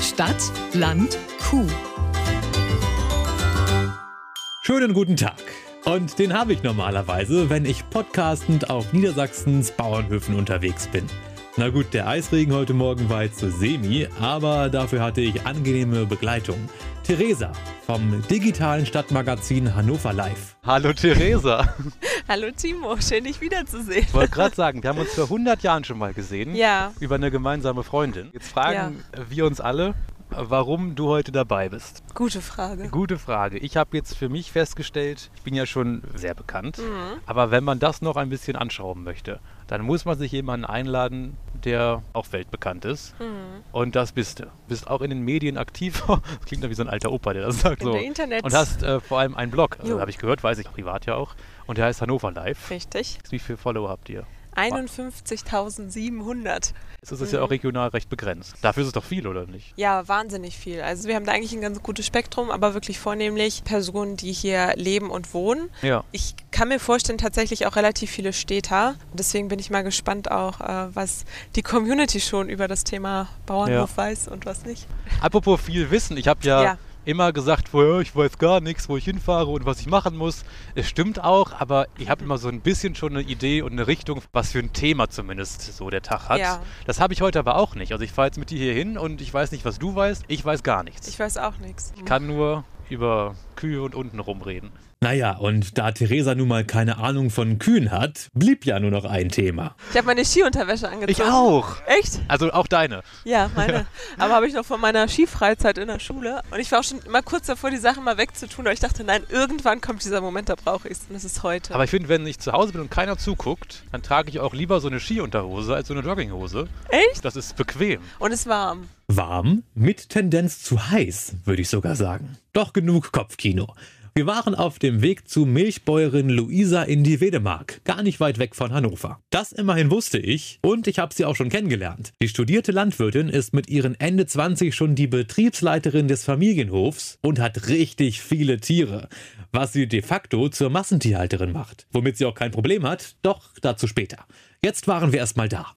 Stadt, Land, Kuh. Schönen guten Tag. Und den habe ich normalerweise, wenn ich podcastend auf Niedersachsens Bauernhöfen unterwegs bin. Na gut, der Eisregen heute Morgen war jetzt so semi, aber dafür hatte ich angenehme Begleitung. Theresa vom digitalen Stadtmagazin Hannover Live. Hallo Theresa. Hallo Timo, schön dich wiederzusehen. Ich wollte gerade sagen, wir haben uns vor 100 Jahren schon mal gesehen. Ja. Über eine gemeinsame Freundin. Jetzt fragen wir uns alle, warum du heute dabei bist. Gute Frage. Gute Frage. Ich habe jetzt für mich festgestellt, ich bin ja schon sehr bekannt, Mhm. aber wenn man das noch ein bisschen anschrauben möchte, dann muss man sich jemanden einladen, der auch weltbekannt ist. Mhm. Und das bist du. Bist auch in den Medien aktiv. Das klingt ja wie so ein alter Opa, der das sagt. In so. der Internet- Und hast äh, vor allem einen Blog, also, Jo. habe ich gehört, weiß ich privat ja auch. Und der heißt Hannover Live. Richtig. Wie viele Follower habt ihr? 51.700. Es ist Mhm. ja auch regional recht begrenzt. Dafür ist es doch viel, oder nicht? Ja, wahnsinnig viel. Also wir haben da eigentlich ein ganz gutes Spektrum, aber wirklich vornehmlich Personen, die hier leben und wohnen. Ja. Ich kann mir vorstellen, tatsächlich auch relativ viele Städter. Deswegen bin ich mal gespannt auch, äh, was die Community schon über das Thema Bauernhof Ja. weiß und was nicht. Apropos viel Wissen, ich habe ja, Ja. immer gesagt, vorher, ich weiß gar nichts, wo ich hinfahre und was ich machen muss. Es stimmt auch, aber ich habe immer so ein bisschen schon eine Idee und eine Richtung, was für ein Thema zumindest so der Tag hat. Ja. Das habe ich heute aber auch nicht. Also ich fahre jetzt mit dir hier hin und ich weiß nicht, was du weißt. Ich weiß gar nichts. Ich weiß auch nichts. Ich kann nur über Kühe und unten rumreden. Naja, und da Theresa nun mal keine Ahnung von Kühen hat, blieb ja nur noch ein Thema. Ich habe meine Skiunterwäsche angezogen. Ich auch. Echt? Also auch deine. Ja, meine. Aber habe ich noch von meiner Skifreizeit in der Schule. Und ich war auch schon immer kurz davor, die Sachen mal wegzutun, aber ich dachte, nein, irgendwann kommt dieser Moment, da brauche ich es. Und das ist heute. Aber ich finde, wenn ich zu Hause bin und keiner zuguckt, dann trage ich auch lieber so eine Skiunterhose als so eine Jogginghose. Echt? Das ist bequem. Und es warm. Warm, mit Tendenz zu heiß, würde ich sogar sagen. Doch genug Kopfkino. Wir waren auf dem Weg zu Milchbäuerin Luisa in die Wedemark, gar nicht weit weg von Hannover. Das immerhin wusste ich und ich habe sie auch schon kennengelernt. Die studierte Landwirtin ist mit ihren Ende 20 schon die Betriebsleiterin des Familienhofs und hat richtig viele Tiere, was sie de facto zur Massentierhalterin macht. Womit sie auch kein Problem hat, doch dazu später. Jetzt waren wir erstmal da.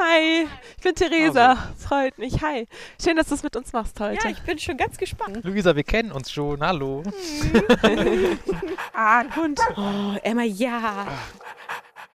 Hi, ich bin Theresa. Freut mich. Hi. Schön, dass du es mit uns machst heute. Ja, ich bin schon ganz gespannt. Luisa, wir kennen uns schon. Hallo. Ah, ein Hund. Oh, Emma, ja.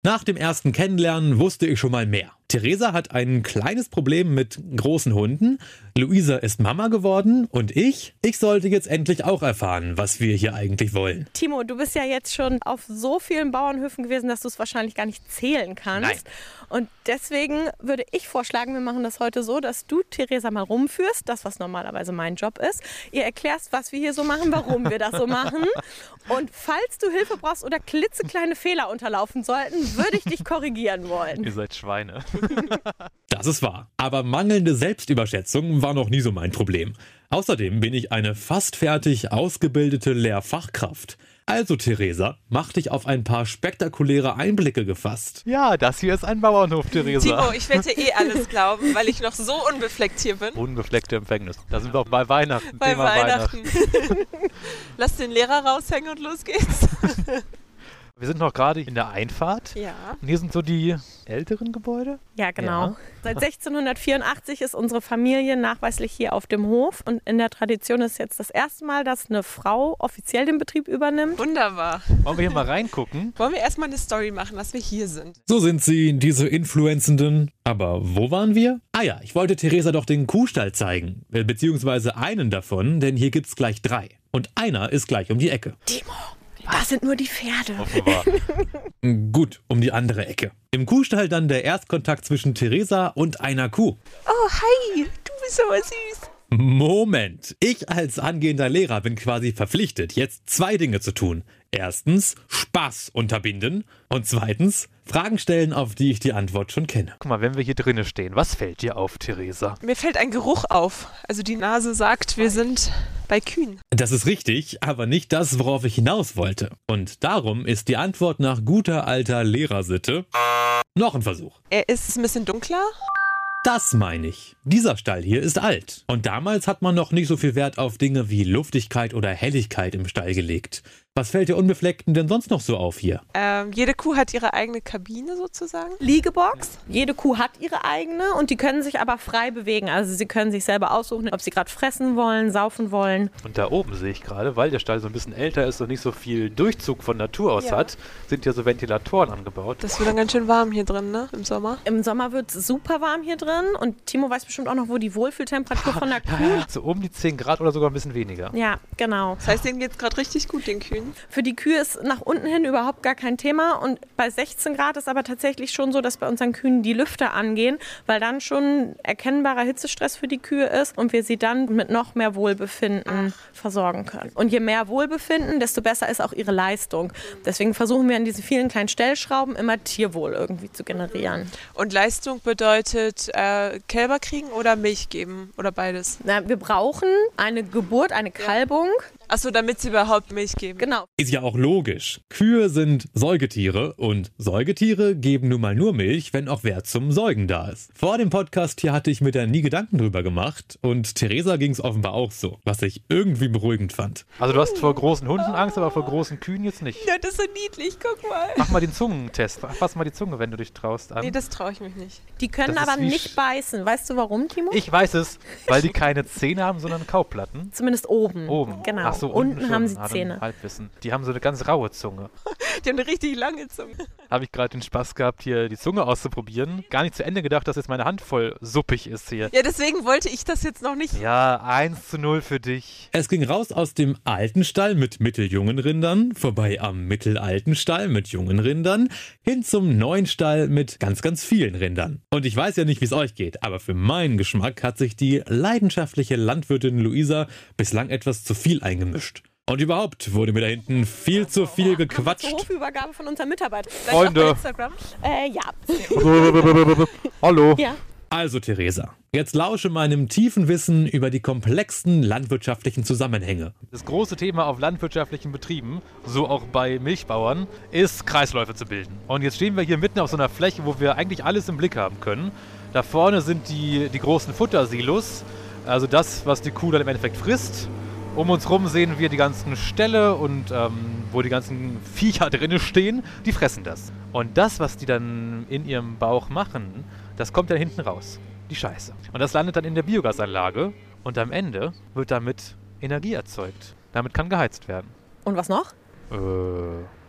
Nach dem ersten Kennenlernen wusste ich schon mal mehr. Theresa hat ein kleines Problem mit großen Hunden. Luisa ist Mama geworden und ich, ich sollte jetzt endlich auch erfahren, was wir hier eigentlich wollen. Timo, du bist ja jetzt schon auf so vielen Bauernhöfen gewesen, dass du es wahrscheinlich gar nicht zählen kannst. Und deswegen würde ich vorschlagen, wir machen das heute so, dass du Theresa mal rumführst, das, was normalerweise mein Job ist. Ihr erklärst, was wir hier so machen, warum wir das so machen. Und falls du Hilfe brauchst oder klitzekleine Fehler unterlaufen sollten, würde ich dich korrigieren wollen. Ihr seid Schweine. Das ist wahr. Aber mangelnde Selbstüberschätzung war noch nie so mein Problem. Außerdem bin ich eine fast fertig ausgebildete Lehrfachkraft. Also Theresa, mach dich auf ein paar spektakuläre Einblicke gefasst. Ja, das hier ist ein Bauernhof, Timo, Theresa. ich werde dir eh alles glauben, weil ich noch so unbefleckt hier bin. Unbefleckte Empfängnis. Da sind wir auch bei Weihnachten. Bei Thema Weihnachten. Lass den Lehrer raushängen und los geht's. Wir sind noch gerade in der Einfahrt. Ja. Und hier sind so die älteren Gebäude. Ja, genau. Ja. Seit 1684 ist unsere Familie nachweislich hier auf dem Hof und in der Tradition ist jetzt das erste Mal, dass eine Frau offiziell den Betrieb übernimmt. Wunderbar. Wollen wir hier mal reingucken? Wollen wir erstmal eine Story machen, dass wir hier sind? So sind sie, diese Influenzenden. Aber wo waren wir? Ah ja, ich wollte Theresa doch den Kuhstall zeigen. Äh, Beziehungsweise einen davon, denn hier gibt's gleich drei. Und einer ist gleich um die Ecke. Das sind nur die Pferde. Offenbar. Mm, Gut, um die andere Ecke. Im Kuhstall dann der Erstkontakt zwischen Theresa und einer Kuh. Oh, hi. Du bist aber süß. Moment, ich als angehender Lehrer bin quasi verpflichtet, jetzt zwei Dinge zu tun. Erstens, Spaß unterbinden. Und zweitens, Fragen stellen, auf die ich die Antwort schon kenne. Guck mal, wenn wir hier drinnen stehen, was fällt dir auf, Theresa? Mir fällt ein Geruch auf. Also die Nase sagt, wir sind bei Kühen. Das ist richtig, aber nicht das, worauf ich hinaus wollte. Und darum ist die Antwort nach guter alter Lehrersitte noch ein Versuch. Er Äh, ist ein bisschen dunkler. Das meine ich. Dieser Stall hier ist alt. Und damals hat man noch nicht so viel Wert auf Dinge wie Luftigkeit oder Helligkeit im Stall gelegt. Was fällt der Unbefleckten denn sonst noch so auf hier? Ähm, jede Kuh hat ihre eigene Kabine sozusagen. Liegebox. Jede Kuh hat ihre eigene und die können sich aber frei bewegen. Also sie können sich selber aussuchen, ob sie gerade fressen wollen, saufen wollen. Und da oben sehe ich gerade, weil der Stall so ein bisschen älter ist und nicht so viel Durchzug von Natur aus Ja. hat, sind ja so Ventilatoren angebaut. Das wird dann ganz schön warm hier drin, ne? Im Sommer. Im Sommer wird es super warm hier drin und Timo weiß bestimmt auch noch, wo die Wohlfühltemperatur von der Kuh so um die 10 Grad oder sogar ein bisschen weniger. Ja, genau. Das heißt, denen geht's gerade richtig gut, den Kühen. Für die Kühe ist nach unten hin überhaupt gar kein Thema. Und bei 16 Grad ist aber tatsächlich schon so, dass bei unseren Kühen die Lüfter angehen, weil dann schon erkennbarer Hitzestress für die Kühe ist und wir sie dann mit noch mehr Wohlbefinden versorgen können. Und je mehr Wohlbefinden, desto besser ist auch ihre Leistung. Deswegen versuchen wir an diesen vielen kleinen Stellschrauben immer Tierwohl irgendwie zu generieren. Und Leistung bedeutet äh, Kälber kriegen oder Milch geben oder beides. Na, wir brauchen eine Geburt, eine Kalbung. Achso, damit sie überhaupt Milch geben. Genau. Ist ja auch logisch. Kühe sind Säugetiere und Säugetiere geben nun mal nur Milch, wenn auch wer zum Säugen da ist. Vor dem Podcast hier hatte ich mir da nie Gedanken drüber gemacht und Theresa ging es offenbar auch so, was ich irgendwie beruhigend fand. Also du hast vor großen Hunden Angst, aber vor großen Kühen jetzt nicht. Ah. Ja, Genau, das ist so niedlich, guck mal. Mach mal den Zungentest. Fass mal die Zunge, wenn du dich traust, an. Nee, das traue ich mich nicht. Die können Das ist aber wie nicht Sch- beißen. Weißt du warum, Timo? ich weiß es, weil die keine Zähne haben, sondern Kauplatten. Zumindest oben. Oben. Genau. Ach so, unten, unten, schon. haben sie Ah, dann Zähne. Halbwissen. Die haben so eine ganz raue Zunge. Die haben eine richtig lange Zunge. Habe ich gerade den Spaß gehabt, hier die Zunge auszuprobieren. Gar nicht zu Ende gedacht, dass jetzt meine Hand voll suppig ist hier. Ja, deswegen wollte ich das jetzt noch nicht. Ja, 1 zu 0 für dich. Es ging raus aus dem alten Stall mit mitteljungen Rindern, vorbei am mittelalten Stall mit jungen Rindern, hin zum neuen Stall mit ganz, ganz vielen Rindern. Und ich weiß ja nicht, wie es euch geht, aber für meinen Geschmack hat sich die leidenschaftliche Landwirtin Luisa bislang etwas zu viel eingemischt. Und überhaupt wurde mir da hinten viel zu viel Zur gequatscht. Hofübergabe von unserem Mitarbeiter. Freunde. Instagram. Äh, ja. Hallo. ja. Also, Theresa, jetzt lausche meinem tiefen Wissen über die komplexen landwirtschaftlichen Zusammenhänge. Das große Thema auf landwirtschaftlichen Betrieben, so auch bei Milchbauern, ist Kreisläufe zu bilden. Und jetzt stehen wir hier mitten auf so einer Fläche, wo wir eigentlich alles im Blick haben können. Da vorne sind die, die großen Futtersilos, also das, was die Kuh dann im Endeffekt frisst. Um uns rum sehen wir die ganzen Ställe und ähm, wo die ganzen Viecher drinnen stehen, die fressen das. Und das, was die dann in ihrem Bauch machen, das kommt dann hinten raus. Die Scheiße. Und das landet dann in der Biogasanlage und am Ende wird damit Energie erzeugt. Damit kann geheizt werden. Und was noch? Äh,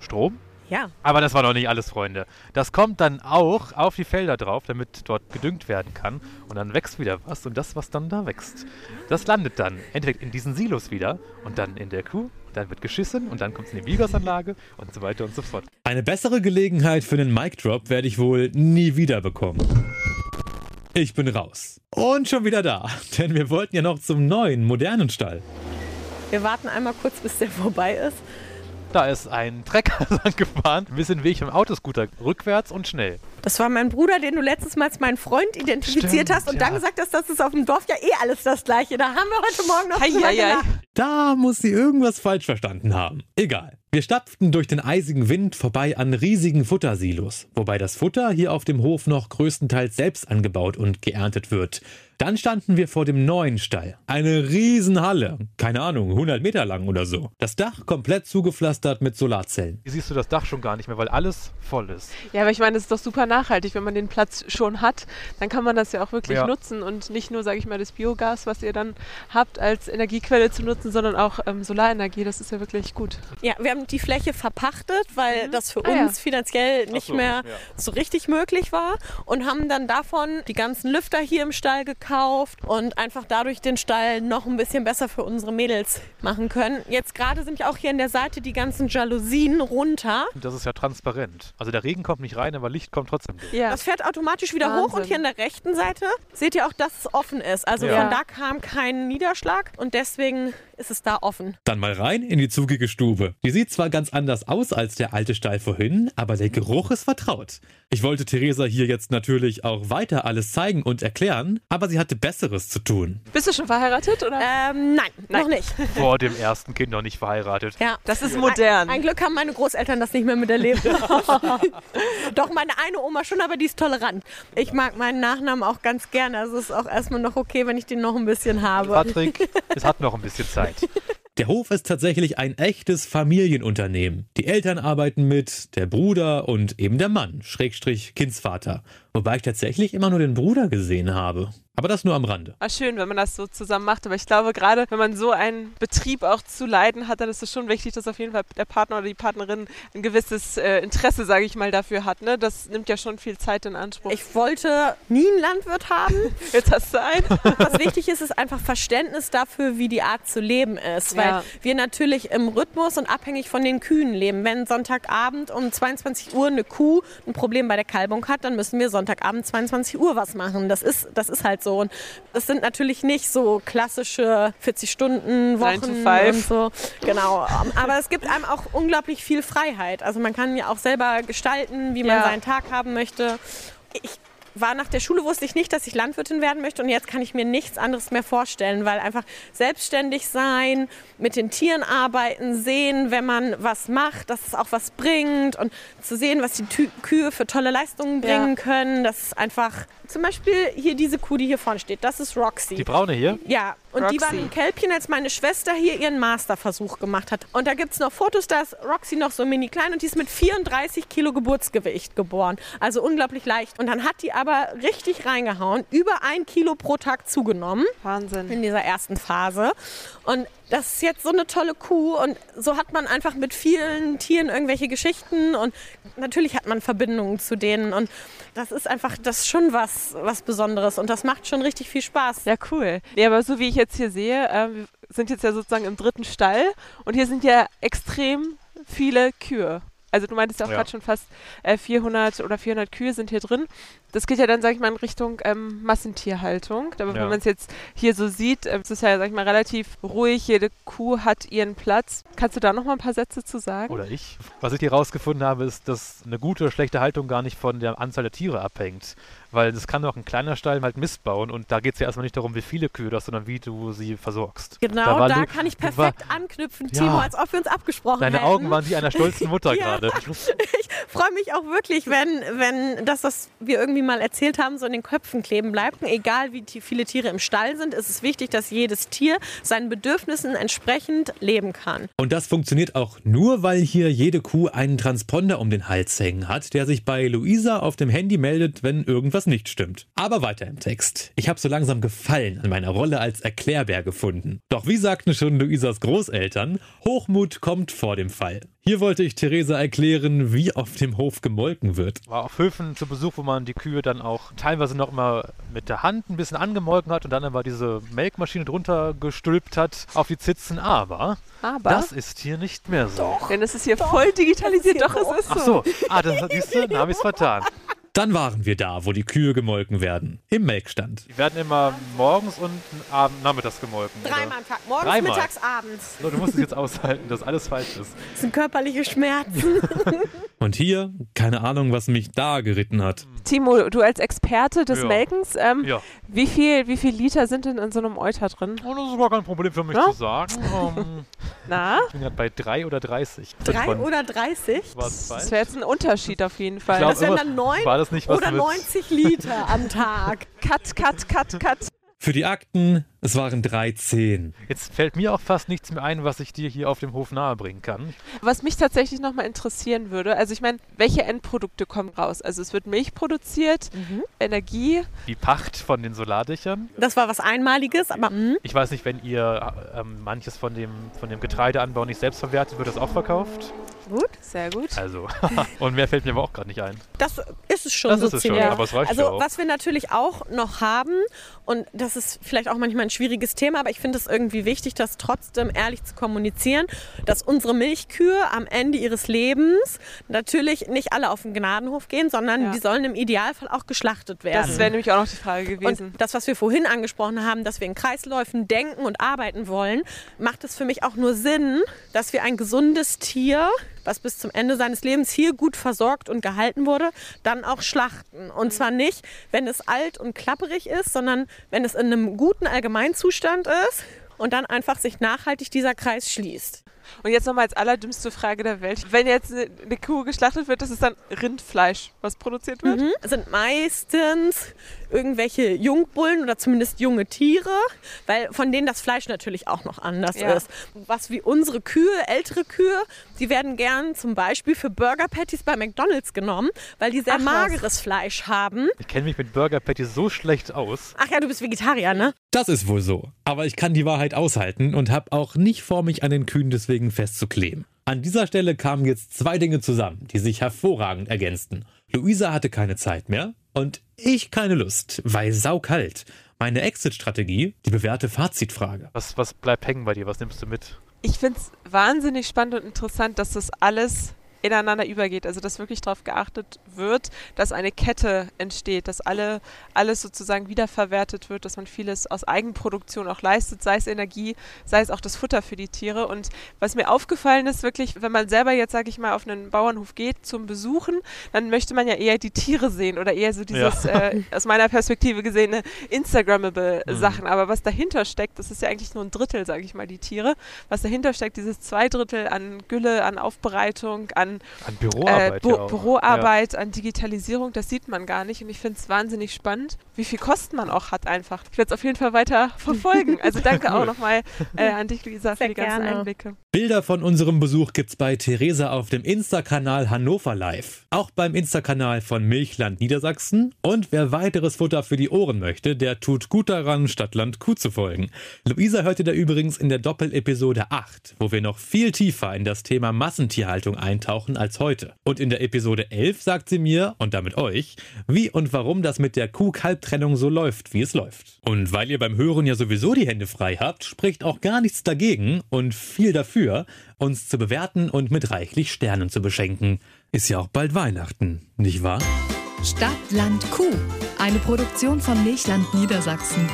Strom? Ja. Aber das war noch nicht alles, Freunde. Das kommt dann auch auf die Felder drauf, damit dort gedüngt werden kann. Und dann wächst wieder was. Und das, was dann da wächst, das landet dann im Endeffekt in diesen Silos wieder. Und dann in der Kuh. Und dann wird geschissen. Und dann kommt es in die Biogasanlage. Und so weiter und so fort. Eine bessere Gelegenheit für einen Mic Drop werde ich wohl nie wieder bekommen. Ich bin raus. Und schon wieder da, denn wir wollten ja noch zum neuen, modernen Stall. Wir warten einmal kurz, bis der vorbei ist. Da ist ein Trecker lang gefahren. Ein bisschen Weg mit dem Autoscooter. Rückwärts und schnell. Das war mein Bruder, den du letztes Mal als meinen Freund identifiziert Stimmt, hast und dann ja. gesagt hast, das ist auf dem Dorf ja eh alles das Gleiche. Da haben wir heute Morgen noch Hei, drüber hei, hei. gelacht. Da muss sie irgendwas falsch verstanden haben. Egal. Wir stapften durch den eisigen Wind vorbei an riesigen Futtersilos, wobei das Futter hier auf dem Hof noch größtenteils selbst angebaut und geerntet wird. Dann standen wir vor dem neuen Stall. Eine Riesenhalle. Keine Ahnung, 100 Meter lang oder so. Das Dach komplett zugepflastert mit Solarzellen. Hier siehst du das Dach schon gar nicht mehr, weil alles voll ist. Ja, aber ich meine, es ist doch super nachhaltig. Wenn man den Platz schon hat, dann kann man das ja auch wirklich Ja. nutzen und nicht nur, sage ich mal, das Biogas, was ihr dann habt, als Energiequelle zu nutzen, sondern auch ähm, Solarenergie. Das ist ja wirklich gut. Ja, wir haben die Fläche verpachtet, weil das für Ah, ja. uns finanziell nicht so, mehr ja. so richtig möglich war und haben dann davon die ganzen Lüfter hier im Stall gekauft und einfach dadurch den Stall noch ein bisschen besser für unsere Mädels machen können. Jetzt gerade sind ja auch hier an der Seite die ganzen Jalousien runter. Und das ist ja transparent. Also der Regen kommt nicht rein, aber Licht kommt trotzdem durch. Ja. Das fährt automatisch wieder hoch Wahnsinn. und hier an der rechten Seite seht ihr auch, dass es offen ist. Also Ja. von da kam kein Niederschlag und deswegen ist es da offen. Dann mal rein in die zugige Stube. Die sieht zwar ganz anders aus als der alte Stall vorhin, aber der Geruch ist vertraut. Ich wollte Theresa hier jetzt natürlich auch weiter alles zeigen und erklären, aber sie hatte Besseres zu tun. Bist du schon verheiratet oder? Ähm, nein, noch nicht. Vor dem ersten Kind noch nicht verheiratet. Ja. Das ist modern. Ein, ein Glück haben meine Großeltern das nicht mehr miterlebt. Doch, meine eine Oma schon, aber die ist tolerant. Ich mag meinen Nachnamen auch ganz gerne. Also es ist auch erstmal noch okay, wenn ich den noch ein bisschen habe. Patrick, es hat noch ein bisschen Zeit. Der Hof ist tatsächlich ein echtes Familienunternehmen. Die Eltern arbeiten mit, der Bruder und eben der Mann, Schrägstrich Kindsvater. Wobei ich tatsächlich immer nur den Bruder gesehen habe. Aber das nur am Rande. Ah, schön, wenn man das so zusammen macht. Aber ich glaube, gerade wenn man so einen Betrieb auch zu leiden hat, dann ist es schon wichtig, dass auf jeden Fall der Partner oder die Partnerin ein gewisses äh, Interesse, sage ich mal, dafür hat. Ne? Das nimmt ja schon viel Zeit in Anspruch. Ich wollte nie einen Landwirt haben. Jetzt hast du einen. Was wichtig ist, ist einfach Verständnis dafür, wie die Art zu leben ist. Weil Ja. wir natürlich im Rhythmus und abhängig von den Kühen leben. Wenn Sonntagabend um 22 Uhr eine Kuh ein Problem bei der Kalbung hat, dann müssen wir Sonntagabend 22 Uhr was machen. Das ist, das ist halt so. Und das sind natürlich nicht so klassische 40-Stunden-Wochen Nine to five. und so. Genau. Aber es gibt einem auch unglaublich viel Freiheit. Also man kann ja auch selber gestalten, wie man Ja. seinen Tag haben möchte. Ich war nach der Schule, wusste ich nicht, dass ich Landwirtin werden möchte und jetzt kann ich mir nichts anderes mehr vorstellen, weil einfach selbstständig sein, mit den Tieren arbeiten, sehen, wenn man was macht, dass es auch was bringt und zu sehen, was die Tü Kühe für tolle Leistungen Ja. bringen können, das ist einfach, zum Beispiel hier diese Kuh, die hier vorne steht, das ist Roxy. Die braune hier? Ja, und die Roxy. waren ein Kälbchen, als meine Schwester hier ihren Masterversuch gemacht hat. Und da gibt es noch Fotos, da ist Roxy noch so mini klein und die ist mit 34 Kilo Geburtsgewicht geboren. Also unglaublich leicht. Und dann hat die aber richtig reingehauen, über ein Kilo pro Tag zugenommen Wahnsinn. in dieser ersten Phase. Und das ist jetzt so eine tolle Kuh und so hat man einfach mit vielen Tieren irgendwelche Geschichten und natürlich hat man Verbindungen zu denen und das ist einfach, das ist schon was, was Besonderes und das macht schon richtig viel Spaß. Ja, cool. Nee, aber so wie ich jetzt hier sehe, ähm, wir sind jetzt ja sozusagen im dritten Stall und hier sind ja extrem viele Kühe. Also du meintest ja auch Ja. gerade schon fast äh, 400 oder 400 Kühe sind hier drin. Das geht ja dann, sag ich mal, in Richtung ähm, Massentierhaltung. Aber Ja. wenn man es jetzt hier so sieht, äh, es ist ja, sag ich mal, relativ ruhig. Jede Kuh hat ihren Platz. Kannst du da noch mal ein paar Sätze zu sagen? Oder ich. Was ich hier rausgefunden habe, ist, dass eine gute oder schlechte Haltung gar nicht von der Anzahl der Tiere abhängt. Weil das kann auch ein kleiner Stall halt Mist bauen und da geht es ja erstmal nicht darum, wie viele Kühe du hast, sondern wie du sie versorgst. Genau, da, waren du- kann ich du war- perfekt anknüpfen, Ja. Timo, als ob wir uns abgesprochen Deine hätten. Augen waren die einer stolzen Mutter Ja. gerade. Ich freue mich auch wirklich, wenn, wenn das, was wir irgendwie mal erzählt haben, so in den Köpfen kleben bleibt. Egal wie ti- viele Tiere im Stall sind, ist es wichtig, dass jedes Tier seinen Bedürfnissen entsprechend leben kann. Und das funktioniert auch nur, weil hier jede Kuh einen Transponder um den Hals hängen hat, der sich bei Luisa auf dem Handy meldet, wenn irgendwas nicht stimmt. Aber weiter im Text. Ich habe so langsam Gefallen an meiner Rolle als Erklärbär gefunden. Doch wie sagten schon Luisas Großeltern, Hochmut kommt vor dem Fall. Hier wollte ich Theresa erklären, wie auf dem Hof gemolken wird. War auf Höfen zu Besuch, wo man die Kühe dann auch teilweise noch immer mit der Hand ein bisschen angemolken hat und dann aber diese Melkmaschine drunter gestülpt hat auf die Zitzen. Aber Aber, das ist hier nicht mehr so. denn es ist hier voll digitalisiert. Doch, es ist Ach so, ah, das siehst du, da habe ich es vertan. Dann waren wir da, wo die Kühe gemolken werden. Im Melkstand. Die werden immer morgens und abends nachmittags gemolken. oder? Dreimal am Tag, morgens, Also Dreimal. mittags, abends. So, du musst es jetzt aushalten, dass alles falsch ist. Das sind körperliche Schmerzen. Und hier, keine Ahnung, was mich da geritten hat. Timo, du als Experte des Ja. Melkens, ähm, Ja. wie, viel, wie viel Liter sind denn in so einem Euter drin? Und das ist gar kein Problem für mich Ja? zu sagen. Ähm, Na? ich bin gerade bei 3 oder 30. Drei Von- oder 30? war Das es falsch? wäre jetzt ein Unterschied auf jeden Fall. glaub- Das wären aber dann neun war das nicht was oder mit- 90 Liter am Tag. cut, cut, cut, cut. Für die Akten, es waren 13. Jetzt fällt mir auch fast nichts mehr ein, was ich dir hier auf dem Hof nahebringen kann. Was mich tatsächlich nochmal interessieren würde, also ich meine, welche Endprodukte kommen raus? Also es wird Milch produziert, Energie. Die Pacht von den Solardächern. Das war was Einmaliges, aber hm, Ich weiß nicht, wenn ihr äh, ähm, manches von dem, von dem Getreideanbau nicht selbst verwertet, wird das auch verkauft. gut. Sehr gut. Also, und mehr fällt mir aber auch gerade nicht ein. Das ist es schon Das so ist es ziemlich. schon, aber es reicht also ja auch. was wir natürlich auch noch haben und das ist vielleicht auch manchmal ein schwieriges Thema, aber ich finde es irgendwie wichtig, das trotzdem ehrlich zu kommunizieren, dass unsere Milchkühe am Ende ihres Lebens natürlich nicht alle auf den Gnadenhof gehen, sondern Ja. die sollen im Idealfall auch geschlachtet werden. Das wäre nämlich auch noch die Frage gewesen. Und das, was wir vorhin angesprochen haben, dass wir in Kreisläufen denken und arbeiten wollen, macht es für mich auch nur Sinn, dass wir ein gesundes Tier, was bis zum Ende seines Lebens hier gut versorgt und gehalten wurde, dann auch schlachten. Und zwar nicht, wenn es alt und klapperig ist, sondern wenn es in einem guten Allgemeinzustand ist und dann einfach sich nachhaltig dieser Kreis schließt. Und jetzt nochmal als allerdümmste Frage der Welt. Wenn jetzt eine, eine Kuh geschlachtet wird, das ist dann Rindfleisch, was produziert wird? Mhm. Es sind meistens irgendwelche Jungbullen oder zumindest junge Tiere, weil von denen das Fleisch natürlich auch noch anders Ja. ist. Was wie unsere Kühe, ältere Kühe, die werden gern zum Beispiel für Burger Patties bei McDonalds genommen, weil die sehr Ach was. mageres Fleisch haben. Ich kenne mich mit Burger Patties so schlecht aus. Ach ja, du bist Vegetarier, ne? Das ist wohl so. Aber ich kann die Wahrheit aushalten und habe auch nicht vor, mich an den Kühen deswegen festzukleben. An dieser Stelle kamen jetzt zwei Dinge zusammen, die sich hervorragend ergänzten. Luisa hatte keine Zeit mehr und ich keine Lust, weil saukalt. Meine Exit-Strategie, die bewährte Fazitfrage. Was, was bleibt hängen bei dir? Was nimmst du mit? Ich finde es wahnsinnig spannend und interessant, dass das alles ineinander übergeht. Also dass wirklich darauf geachtet wird, dass eine Kette entsteht, dass alle, alles sozusagen wiederverwertet wird, dass man vieles aus Eigenproduktion auch leistet, sei es Energie, sei es auch das Futter für die Tiere. Und was mir aufgefallen ist, wirklich, wenn man selber jetzt, sage ich mal, auf einen Bauernhof geht zum Besuchen, dann möchte man ja eher die Tiere sehen oder eher so dieses, äh, aus meiner Perspektive gesehene, Instagrammable Mhm. Sachen. Aber was dahinter steckt, das ist ja eigentlich nur ein Drittel, sage ich mal, die Tiere. Was dahinter steckt, dieses zwei Drittel an Gülle, an Aufbereitung, an An äh, Büroarbeit. Bu ja auch. ne? Büroarbeit, an Digitalisierung, das sieht man gar nicht. Und ich finde es wahnsinnig spannend, wie viel Kosten man auch hat einfach. Ich werde es auf jeden Fall weiter verfolgen. Also danke auch nochmal äh, an dich, Luisa, für Sehr die ganzen gerne. Einblicke. Bilder von unserem Besuch gibt's bei Theresa auf dem Insta-Kanal Hannover Live, auch beim Insta-Kanal von Milchland Niedersachsen und wer weiteres Futter für die Ohren möchte, der tut gut daran, Stadtland Kuh zu folgen. Luisa hörte da übrigens in der Doppel-Episode 8, wo wir noch viel tiefer in das Thema Massentierhaltung eintauchen als heute. Und in der Episode 11 sagt sie mir und damit euch, wie und warum das mit der Kuh-Kalb-Trennung so läuft, wie es läuft. Und weil ihr beim Hören ja sowieso die Hände frei habt, spricht auch gar nichts dagegen und viel dafür, uns zu bewerten und mit reichlich Sternen zu beschenken. Ist ja auch bald Weihnachten, nicht wahr? Stadt, Land, Kuh. Eine Produktion von Milchland Niedersachsen.